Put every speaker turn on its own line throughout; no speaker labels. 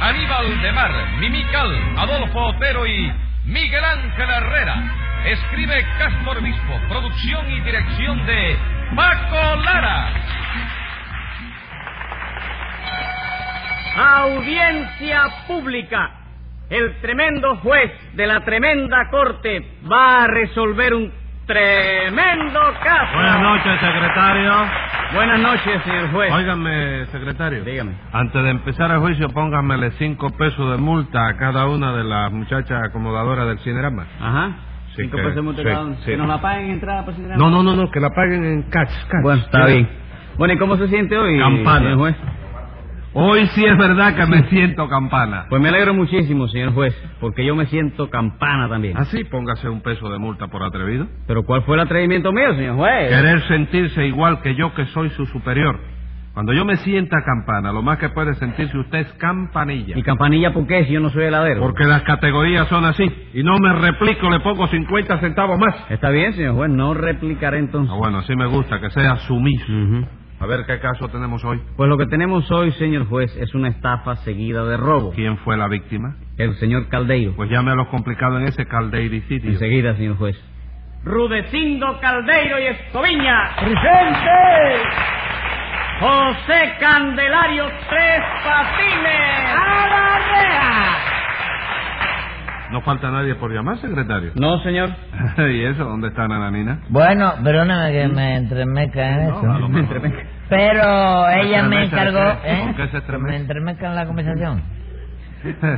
Aníbal de Mar, Mimical, Adolfo Otero y Miguel Ángel Herrera. Escribe Castro Obispo, producción y dirección de Paco Lara.
Audiencia pública. El tremendo juez de la tremenda corte va a resolver un tremendo caso.
Buenas noches, secretario.
Buenas noches, señor juez.
Óigame, secretario.
Dígame.
Antes de empezar el juicio, póngamele cinco pesos de multa a cada una de las muchachas acomodadoras del Cinerama.
Ajá.
Sí,
Cinco
que-
pesos multa
sí,
cada uno.
sí.
Que nos la paguen entrada por sin
No, no, no, no, que la paguen en cash. cash.
Bueno, está bien. Bueno, ¿y cómo se siente hoy,
Campana.
señor juez?
Hoy sí es verdad que me siento campana.
Pues me alegro muchísimo, señor juez, porque yo me siento campana también.
Así póngase un peso de multa por atrevido.
Pero ¿cuál fue el atrevimiento mío, señor juez?
Querer sentirse igual que yo, que soy su superior. Cuando yo me sienta campana, lo más que puede sentirse usted es campanilla.
¿Y campanilla por qué si yo no soy heladero?
Porque las categorías son así. Y no me replico, le pongo 50 centavos más.
Está bien, señor juez, no replicaré entonces.
Ah, bueno, sí me gusta que sea sumiso.
Ujú.
A ver qué caso tenemos hoy.
Pues lo que tenemos hoy, señor juez, es una estafa seguida de robo.
¿Quién fue la víctima?
El señor Caldeiro.
Pues llame a los complicados en ese caldeiricidio.
Enseguida, señor juez. Rudecindo Caldeiro y Escoviña.
¡Presente!
José Candelario Tres Patines.
¡A la reja!
No falta nadie por llamar, secretario.
No, señor.
¿Y eso? ¿Dónde está Nananina?
Bueno, perdóname que me entremezca en eso.
No, a lo mejor.
Pero ella me
estremece,
encargó...
¿eh?
¿eh?
¿Por qué se estremece?
¿Me entremezca en la conversación?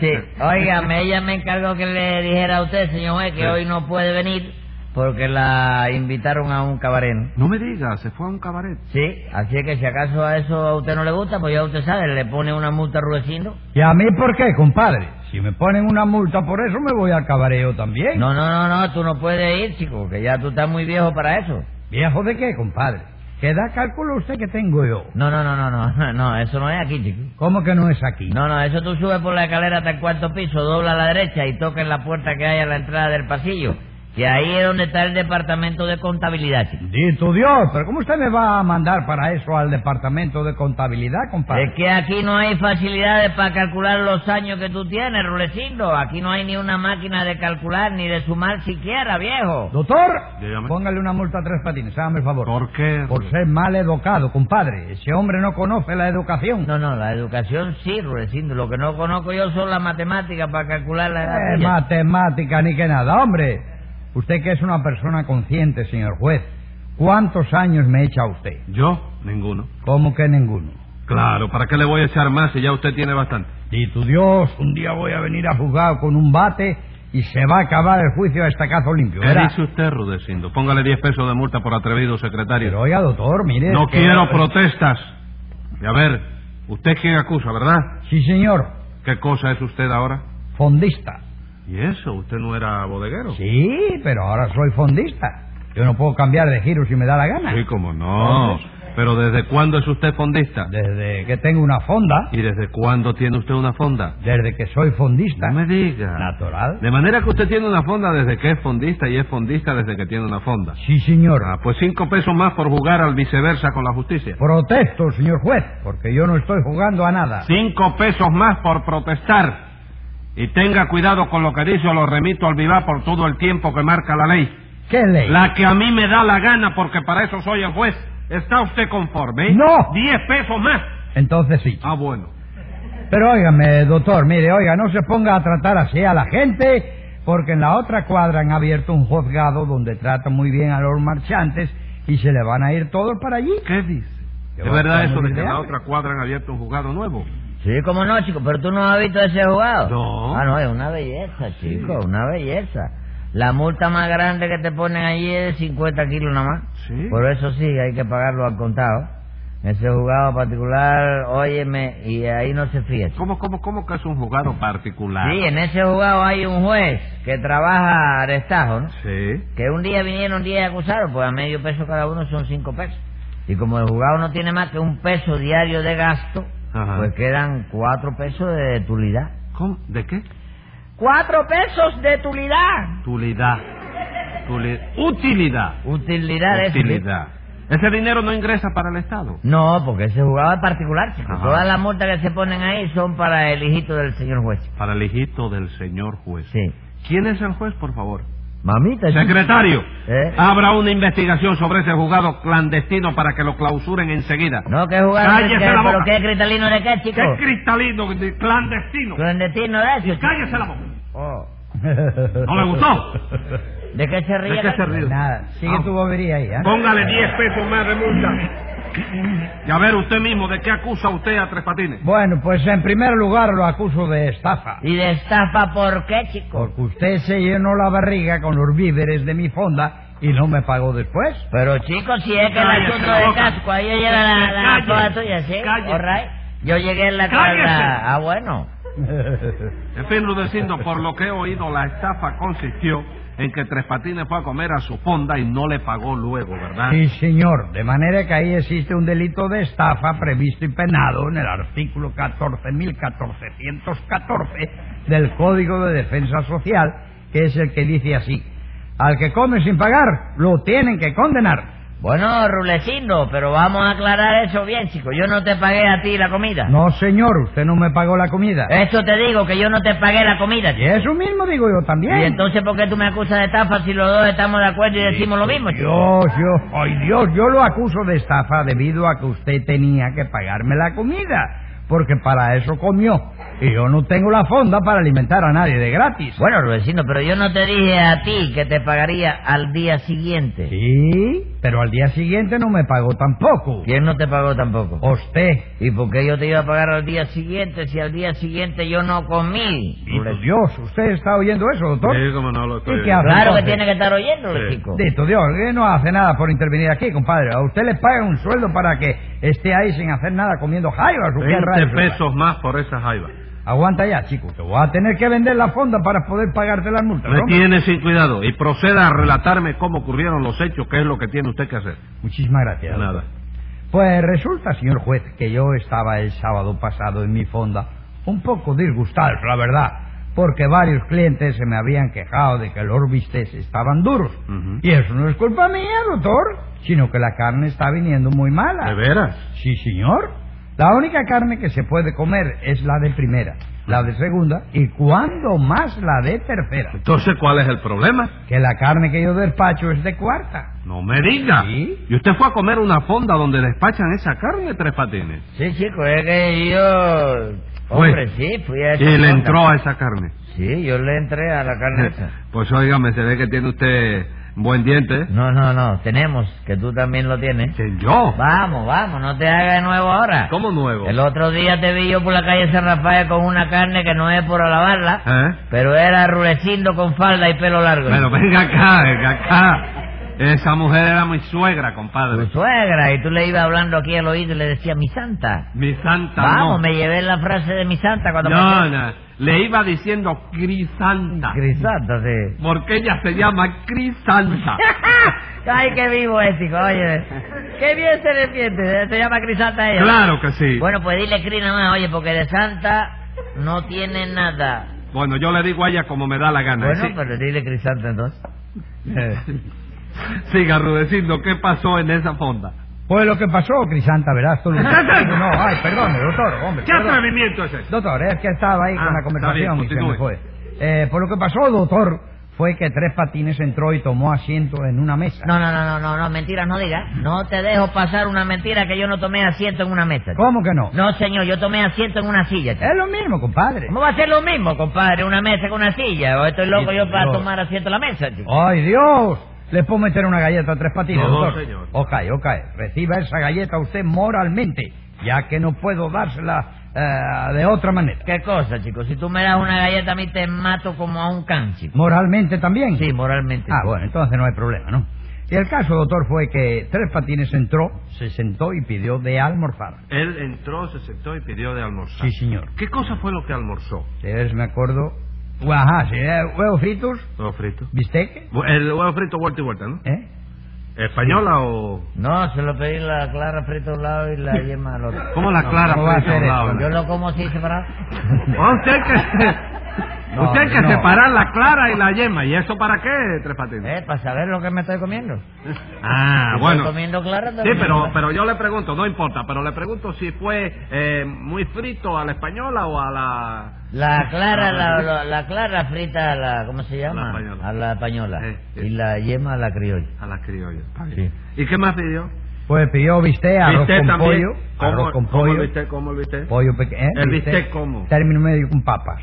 Sí, óigame, ella me encargó que le dijera a usted, señor juez, que
Sí.
hoy no puede venir porque la invitaron a un cabaret. ¿no?
No me diga, se fue a un cabaret.
Sí, así que si acaso a eso a usted no le gusta, pues ya usted sabe, le pone una multa a Rudecindo.
¿Y a mí por qué, compadre? Si me ponen una multa por eso, me voy al cabareo también.
No, no, no, no, tú no puedes ir, chico, que ya tú estás muy viejo para eso.
¿Viejo de qué, compadre? ¿Qué da cálculo usted que tengo yo?
No, no, no, no, no, no, eso no es aquí, chico.
¿Cómo que no es aquí?
No, no, eso tú subes por la escalera hasta el cuarto piso, dobla a la derecha y toca en la puerta que hay a la entrada del pasillo. Que ahí es donde está el departamento de contabilidad, chico.
Dito Dios, pero ¿cómo usted me va a mandar para eso al departamento de contabilidad,
Es
compadre?
que aquí no hay facilidades para calcular los años que tú tienes, Rulecindo. Aquí no hay ni una máquina de calcular ni de sumar siquiera, viejo.
Doctor,
Dígame.
póngale una multa a tres patines, hágame el favor.
¿Por qué?
Por ser mal educado, compadre. Ese hombre no conoce la educación.
No, no, la educación sí, Rulecindo. Lo que no conozco yo son las matemáticas para calcular la edad.
Eh,
tuya.
matemática ni que nada, hombre. Usted que es una persona consciente, señor juez, ¿cuántos años me echa usted?
¿Yo? Ninguno.
¿Cómo que ninguno?
Claro, ¿para qué le voy a echar más si ya usted tiene bastante?
Y tu Dios, un día voy a venir a juzgar con un bate y se va a acabar el juicio a estacazo limpio.
¿Qué
verá.
dice usted, Rudecindo? Póngale 10 pesos de multa por atrevido, secretario.
Pero oiga, doctor, mire...
No
que-
quiero protestas. Y a ver, usted es quien acusa, ¿verdad?
Sí, señor,
¿Qué cosa es usted ahora?
fondista.
¿Y eso? ¿Usted no era bodeguero?
Sí, pero ahora soy fondista. Yo no puedo cambiar de giro si me da la gana.
Sí, cómo no. Pero ¿desde cuándo es usted fondista?
Desde que tengo una fonda,
¿Y desde cuándo tiene usted una fonda?
¿Ah? desde que soy fondista.
No me diga.
Natural.
De manera que usted tiene una fonda desde que es fondista y es fondista desde que tiene una fonda.
Sí, señor.
Ah, pues cinco pesos más por jugar al viceversa con la justicia.
Protesto, señor juez, porque yo no estoy jugando a nada.
Cinco pesos más por protestar. Y tenga cuidado con lo que dice o lo remito al vivar por todo el tiempo que marca la ley.
¿Qué ley?
La que a mí me da la gana, porque para eso soy el juez. ¿Está usted conforme?
No.
Diez pesos más.
Entonces sí.
Ah, bueno.
Pero óigame, doctor, mire, oiga, no se ponga a tratar así a la gente, porque en la otra cuadra han abierto un juzgado donde tratan muy bien a los marchantes y se le van a ir todos para allí.
¿Qué dice?
Que
¿Es
va a
verdad
estar
eso
muy
de que en la
ideal.
otra cuadra han abierto un juzgado nuevo?
Sí, como no, chico, pero tú no has visto ese jugado.
No.
Ah, no, es una belleza, chico, una belleza. La multa más grande que te ponen allí es de 50 kilos nada más.
Sí.
Por eso sí, hay que pagarlo al contado. Ese jugado particular, óyeme, y ahí no se fía. chico.
¿Cómo, cómo, cómo que es un juzgado particular?
Sí, en ese jugado hay un juez que trabaja a destajo, ¿no?
Sí.
Que un día vinieron 10 acusados, pues a medio peso cada uno son 5 pesos. Y como el jugado no tiene más que un peso diario de gasto,
Ajá.
pues quedan 4 pesos de tulidad.
¿Cómo? ¿De qué?
¡Cuatro pesos de tulidad!
Tulidad. Tuli- Utilidad.
Utilidad, es-
Utilidad. Ese dinero no ingresa para el Estado.
No, porque se jugaba de particular, chico.
Ajá.
Todas las multas que se ponen ahí son para el hijito del señor juez.
Para el hijito del señor juez.
Sí.
¿Quién es el juez, por favor?
Mamita, chico.
Secretario,
¿Eh?
habrá una investigación sobre ese juzgado clandestino para que lo clausuren enseguida.
No, que jugaron.
Cállese
que-
la boca.
¿Pero qué cristalino de qué, chico?
¡Qué cristalino de- clandestino!
Clandestino de eso, chico.
¡Cállese la boca!
Oh.
¿No le gustó?
¿De qué se ríe?
¿De qué se
gacho?
ríe?
Nada, sigue
Ah.
tu bobería ahí, ¿ah?
Póngale 10 pesos más de multa. Y a ver usted mismo, ¿de qué acusa usted a Tres Patines?
Bueno, pues en primer lugar lo acuso de estafa.
¿Y de estafa por qué, chico?
Porque usted se llenó la barriga con los víveres de mi fonda y no me pagó después.
Pero chicos, si es que el
Cállese
asunto
la
de
boca.
casco, ahí yo era la, la
Cállese.
toda tuya, ¿sí?
Cállese.
All right. Yo llegué en la
Cállese.
tabla. Ah, bueno.
En fin, Rudecindo, por lo que he oído, la estafa consistió en que Tres Patines fue a comer a su fonda y no le pagó luego, ¿verdad?
Sí, señor. De manera que ahí existe un delito de estafa previsto y penado en el artículo 14.1414 del Código de Defensa Social, que es el que dice así. Al que come sin pagar, lo tienen que condenar.
Bueno, Rulecindo, pero vamos a aclarar eso bien, chico. Yo no te pagué a ti la comida.
No, señor, usted no me pagó la comida.
Eso te digo, que yo no te pagué la comida,
Y
chico.
eso mismo digo yo también.
¿Y entonces por qué tú me acusas de estafa si los dos estamos de acuerdo y decimos lo
pues
mismo, chico?
Dios, yo, ay Dios, yo lo acuso de estafa debido a que usted tenía que pagarme la comida, porque para eso comió. Y yo no tengo la fonda para alimentar a nadie de gratis.
Bueno, Rulecindo, pero yo no te dije a ti que te pagaría al día siguiente.
Sí, pero al día siguiente no me pagó tampoco.
¿Quién no te pagó tampoco?
Oh.
Usted.
¿Y por qué yo te iba a pagar al día siguiente si al día siguiente yo no comí?
Dito Dios, ¿usted está oyendo eso, doctor?
Sí, como no lo
¿Y
estoy
qué
oyendo.
hace
Claro que
entonces?
tiene que estar oyendo,
Sí.
chico.
Dito Dios, que no hace nada por intervenir aquí, compadre. A usted le pagan un sueldo para que esté ahí sin hacer nada comiendo jaivas. ¿o qué
20
rayos?
pesos más por esa jaiba.
Aguanta ya, chico. Te voy a tener que vender la fonda para poder pagarte las multas.
Me
¿no?
tiene sin cuidado y proceda a relatarme cómo ocurrieron los hechos, que es lo que tiene usted que hacer.
Muchísimas gracias. doctor.
Nada.
Pues resulta, señor juez, que yo estaba el sábado pasado en mi fonda un poco disgustado, la verdad, porque varios clientes se me habían quejado de que los bistecs estaban duros.
Ujú.
Y eso no es culpa mía, doctor, sino que la carne está viniendo muy mala.
¿De veras?
Sí, señor. La única carne que se puede comer es la de primera, la de segunda y cuando más la de tercera.
Entonces, ¿cuál es el problema?
Que la carne que yo despacho es de cuarta.
No me diga.
Sí.
¿Y usted fue a comer una fonda donde despachan esa carne, Tres Patines?
Sí, chico, es que yo...
Fue.
Hombre, sí, fui a esa
Y le
cosa.
entró a esa carne.
Sí, yo le entré a la carne esa.
Pues óigame, se ve que tiene usted buen diente. ¿eh?
No, no, no, tenemos, que tú también lo tienes.
Que yo.
Vamos, vamos, no te hagas de nuevo ahora.
¿Cómo nuevo?
El otro día te vi yo por la calle San Rafael con una carne que no es por alabarla,
¿Eh?
pero era rulecindo con falda y pelo largo.
Bueno, venga acá, venga acá. Esa mujer era mi suegra,
Tu
compadre.
suegra, y tú le ibas hablando aquí al oído y le decía mi santa.
Mi santa
Vamos,
no.
me llevé la frase de mi santa cuando
No, no. Le iba diciendo Crisanta.
Crisanta, sí.
Porque ella se llama Crisanta.
Ay, qué vivo es, chico, oye. Qué bien se defiende, se llama Crisanta ella.
claro que sí.
Bueno, pues dile Cris nada más, oye, porque de Santa no tiene nada.
Bueno, yo le digo a ella como me da la gana.
Bueno,
Sí.
pero dile Crisanta entonces.
Eh, Siga, Rudecindo, ¿qué pasó en esa fonda?
Pues lo que pasó, Crisanta, verás tú. lo que- No, ay, perdone, doctor, hombre.
¿Qué
perdone.
atrevimiento es ese?
Doctor, es que estaba ahí
Ah,
con la
está
conversación
bien,
y se me
continúe.
fue. Eh, por lo que pasó, doctor, fue que Tres Patines entró y tomó asiento en una mesa.
No, no, no, no, no, no, mentiras no digas. No te dejo pasar una mentira que yo no tomé asiento en una mesa. chico.
¿Cómo que no?
No, señor, yo tomé asiento en una silla. chico.
Es lo mismo, compadre.
¿Cómo va a ser lo mismo, compadre? Una mesa con una silla. ¿O estoy loco
Sí,
yo para
señor. Oh.
tomar asiento en la mesa, chico?
¡Ay, Dios! Le puedo meter una galleta a Tres Patines,
No,
doctor.
señor.
Ok, ok. Reciba esa galleta usted moralmente, ya que no puedo dársela eh, de otra manera.
¿Qué cosa, chico? Si tú me das una galleta a mí te mato como a un can, chico.
¿Moralmente también?
Sí, moralmente.
Ah, bueno, entonces no hay problema, ¿no? Y el caso, doctor, fue que Tres Patines entró, se sentó y pidió de almorzar.
Él entró, se sentó y pidió de almorzar.
Sí, señor.
¿Qué cosa fue lo que almorzó?
Si es, me acuerdo. Ajá, sí, eh, huevos fritos,
Huevo frito.
bistec,
El huevo frito vuelta y vuelta, ¿no?
¿eh?
¿Española o...?
No, se lo pedí la clara frita a un lado y la yema al otro.
¿Cómo la
No,
clara
¿cómo va a
frita a
ser
un lado?
eso?
Yo lo como así separado.
Ah, usted que...
No,
Usted hay que
no.
separar la clara y la yema. ¿Y eso para qué, Tres Patines?
Eh, para saber lo que me estoy comiendo.
Ah,
Estoy
bueno.
comiendo clara
Sí, pero, pero yo le pregunto, no importa, pero le pregunto si fue eh, muy frito a la española o a la...
La clara, la, la- la clara frita a la... ¿Cómo se llama?
La española.
A la española.
Eh, sí.
Y la yema a la criolla.
A la criolla. Está bien. ¿Y qué más pidió?
Pues pidió bistec, arroz
¿Bistec
con
también?
pollo,
¿Cómo,
arroz con
cómo el
pollo,
bistec? ¿Cómo el bistec?
pollo pequeño.
¿El bistec cómo?
Término medio con papas.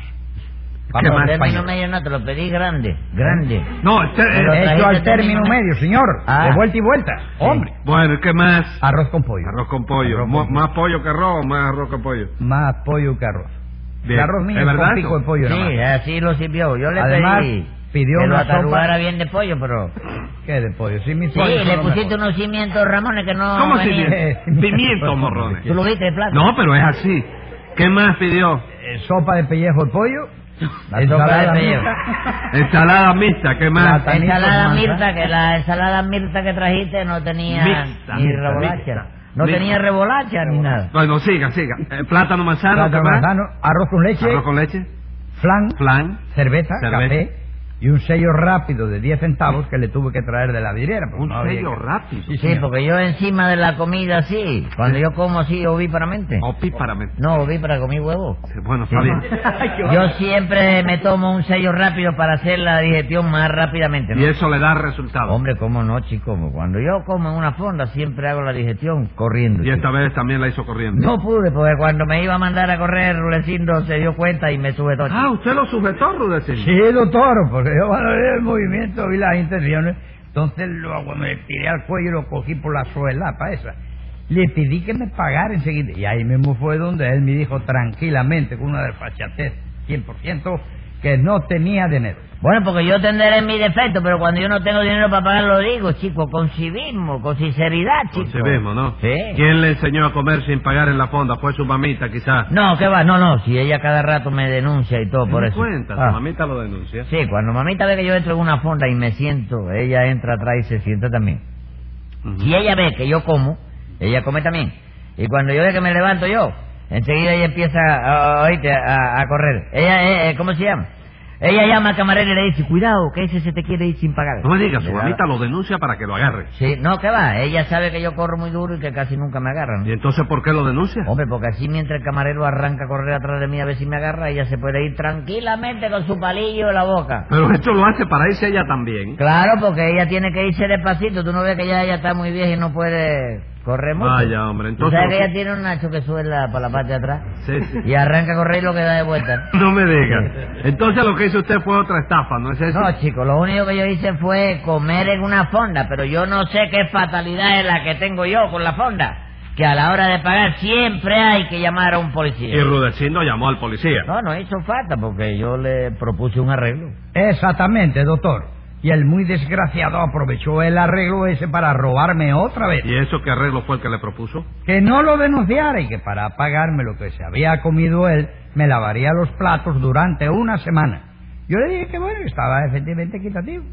Papas
más?
Término
españolas.
medio no, te lo pedí grande, grande.
No, este-
Pero
eh,
Eso
trajiste
al término
término medio.
medio, señor.
Ah.
De vuelta y vuelta. Hombre.
Bueno, ¿y ¿qué más?
Arroz con pollo.
Arroz con pollo.
Ah, Arroz
Mo-
con
¿Más pollo que arroz o más arroz que pollo?
Más pollo que arroz.
Bien.
El arroz mío
¿Es
es
verdad
con pico
eso?
de pollo nada
Sí,
más.
así lo sirvió. Yo le
Además,
pedí
pidió
que lo
una sopa.
atarugara bien de pollo, pero...
¿Qué de pollo? Sí, mi
Sí,
pollo
le
solo me
pusiste
gusta.
unos cimientos, Ramones, que no
¿Cómo
venían.
cimientos? Pimientos, morrones.
¿Tú lo viste de plato?
No, pero es así. ¿Qué más pidió?
Eh, Sopa de pellejo de pollo.
La sopa de pellejo.
mixta,
Ensalada mixta, ¿qué más?
Plátano.
ensalada
Tanito,
mirta, que la ensalada mirta que trajiste no tenía
Mixta,
ni
mixta,
rebolacha.
mixta.
no
Mixta.
tenía rebolacha ni nada.
Bueno, siga, siga. Eh, plátano manzano,
plátano,
¿qué más?
manzano, arroz con leche,
Arroz con leche,
flan,
flan.
cerveza,
Cerveza.
café y un sello rápido de 10 centavos que le tuve que traer de la vidriera. porque
Un
no había
sello
que-
rápido.
Sí,
Sí,
señor.
porque yo encima de la comida sí. Cuando yo como así ovíparamente.
O píparamente.
No, ovípara comí huevo.
Bueno, está bien.
Yo siempre me tomo un sello rápido para hacer la digestión más rápidamente. ¿no?
Y eso le da resultado.
Hombre, cómo no, chico. Cuando yo como en una fonda siempre hago la digestión corriendo.
Y
chico.
esta vez también la hizo corriendo.
No pude, porque cuando me iba a mandar a correr, Rulecindo se dio cuenta y me sujetó. chico.
Ah, usted lo sujetó, Rudecindo.
Sí, doctor, porque yo valoré el movimiento y las intenciones. Entonces luego me tiré al cuello y lo cogí por la suelapa esa. Le pedí que me pagara enseguida. Y ahí mismo fue donde él me dijo tranquilamente, con una desfachatez 100%, que no tenía dinero.
Bueno, porque yo tendré mi defecto, pero cuando yo no tengo dinero para pagar, lo digo, chico, con civismo, con sinceridad, chico.
Concebemos, Pues ¿no?
Sí.
¿Quién le enseñó a comer sin pagar en la fonda? Fue su mamita, quizás.
No, ¿qué va? No, no, si ella cada rato me denuncia y todo por
Me
eso.
cuenta,
Ah.
su mamita lo denuncia.
Sí, cuando mamita ve que yo entro en una fonda y me siento, ella entra atrás y se sienta también.
Ujú.
Si ella ve que yo como, ella come también. Y cuando yo ve que me levanto yo, enseguida ella empieza a, a- oíste, a- a correr. Ella, eh, eh, ¿cómo se llama? Ella llama al camarero y le dice, cuidado, que ese se te quiere ir sin pagar.
No me diga, su
Le da-
mamita lo denuncia para que lo agarre.
Sí, no, que va. Ella sabe que yo corro muy duro y que casi nunca me agarran.
¿Y entonces por qué lo denuncia?
Hombre, porque así mientras el camarero arranca a correr atrás de mí a ver si me agarra, ella se puede ir tranquilamente con su palillo en la boca.
Pero esto lo hace para irse ella también.
Claro, porque ella tiene que irse despacito. Tú no ves que ya ella está muy vieja y no puede correr mucho.
Vaya, hombre,
Tú
entonces...
sabes que ella tiene un nacho que suela para la parte de atrás
Sí, sí.
y arranca a correr y lo que da de vuelta.
No me diga. Entonces lo que hizo usted fue otra estafa, ¿no es eso?
No, chico, lo único que yo hice fue comer en una fonda, pero yo no sé qué fatalidad es la que tengo yo con la fonda. Que a la hora de pagar siempre hay que llamar a un
Y
policía.
Rudecindo llamó al policía.
No, no hizo falta porque yo le propuse un arreglo.
Exactamente, doctor. Y el muy desgraciado aprovechó el arreglo ese para robarme otra vez.
¿Y eso qué arreglo fue el que le propuso?
que no lo denunciara y que para pagarme lo que se había comido él, me lavaría los platos durante una semana. Yo le dije que bueno, estaba efectivamente equitativo.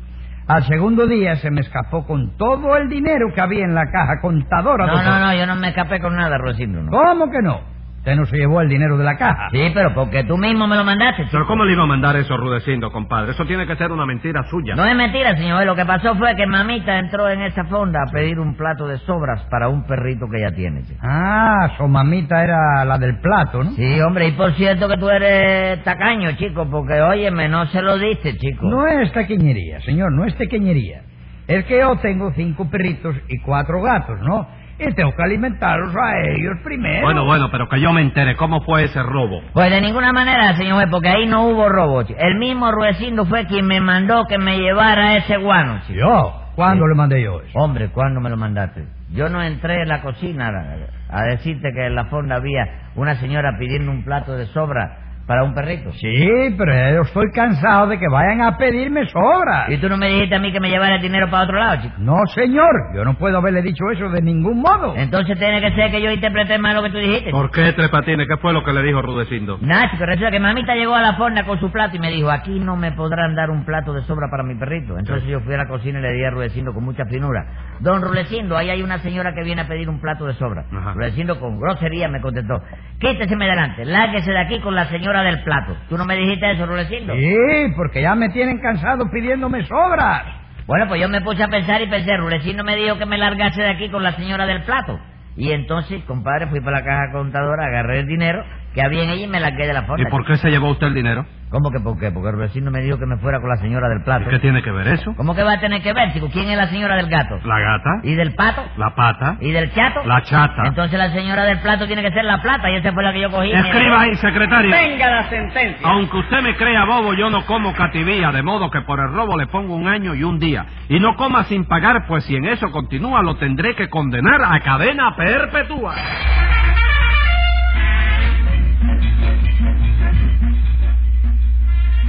Al segundo día se me escapó con todo el dinero que había en la caja contadora.
No,
doctor.
no, no, yo no me escapé con nada, Rosendo. no.
¿Cómo que no? Usted no se llevó el dinero de la caja.
Sí, pero porque tú mismo me lo mandaste. chico.
Pero ¿cómo le iba a mandar eso Rudecindo, compadre? Eso tiene que ser una mentira suya.
No es mentira, señor. Lo que pasó fue que mamita entró en esa fonda a pedir un plato de sobras para un perrito que ella tiene. chico.
Ah, su mamita era la del plato, ¿no?
Sí, hombre, y por cierto que tú eres tacaño, chico, porque óyeme, no se lo diste, chico.
No es taquiñería, señor, no es taquiñería. Es que yo tengo cinco perritos y cuatro gatos, ¿no? Y tengo que alimentarlos a ellos primero.
Bueno, bueno, pero que yo me entere cómo fue ese robo.
Pues de ninguna manera, señor juez, porque ahí no hubo robo. chico. El mismo Ruecindo fue quien me mandó que me llevara a ese guano, chico.
¿Yo? ¿Cuándo
Sí.
le mandé yo eso?
Hombre, ¿cuándo me lo mandaste? Yo no entré en la cocina a, a decirte que en la fonda había una señora pidiendo un plato de sobra para un perrito.
Sí, pero yo estoy cansado de que vayan a pedirme sobras.
¿Y tú no me dijiste a mí que me llevara el dinero para otro lado, chico?
No, señor, yo no puedo haberle dicho eso de ningún modo.
Entonces tiene que ser que yo interpreté mal lo que tú dijiste.
¿Por qué Tres Patines? ¿Qué fue lo que le dijo Rudecindo?
Nada, chico, resulta que mamita llegó a la fonda con su plato y me dijo, aquí no me podrán dar un plato de sobra para mi perrito. Entonces yo fui a la cocina y le di a Rudecindo con mucha finura, Don Rulecindo, ahí hay una señora que viene a pedir un plato de sobra.
Ajá.
Rulecindo con grosería me contestó. Quíteseme delante, lárguese de aquí con la señora del plato. ¿Tú no me dijiste eso, Rulecindo?
Sí, porque ya me tienen cansado pidiéndome sobras.
Bueno, pues yo me puse a pensar y pensé, Rulecindo me dijo que me largase de aquí con la señora del plato. Y entonces, compadre, fui para la caja contadora, agarré el dinero que había en ella y me largué de la
¿Y
fonda.
por qué se llevó usted el dinero?
¿Cómo que por qué? Porque Rulecindo me dijo que me fuera con la señora del plato.
¿Y ¿Qué tiene que ver eso?
¿Cómo que va a tener que ver, chico? ¿Quién es la señora del gato?
La gata,
¿Y del pato?
la pata,
¿Y del chato?
la chata.
Entonces la señora del plato tiene que ser la plata y esa fue la que yo cogí.
Escriba ahí, secretario.
Venga la sentencia.
Aunque usted me crea bobo, yo no como cativía, de modo que por el robo le pongo un año y un día. Y no coma sin pagar, pues si en eso continúa, lo tendré que condenar a cadena perpetua.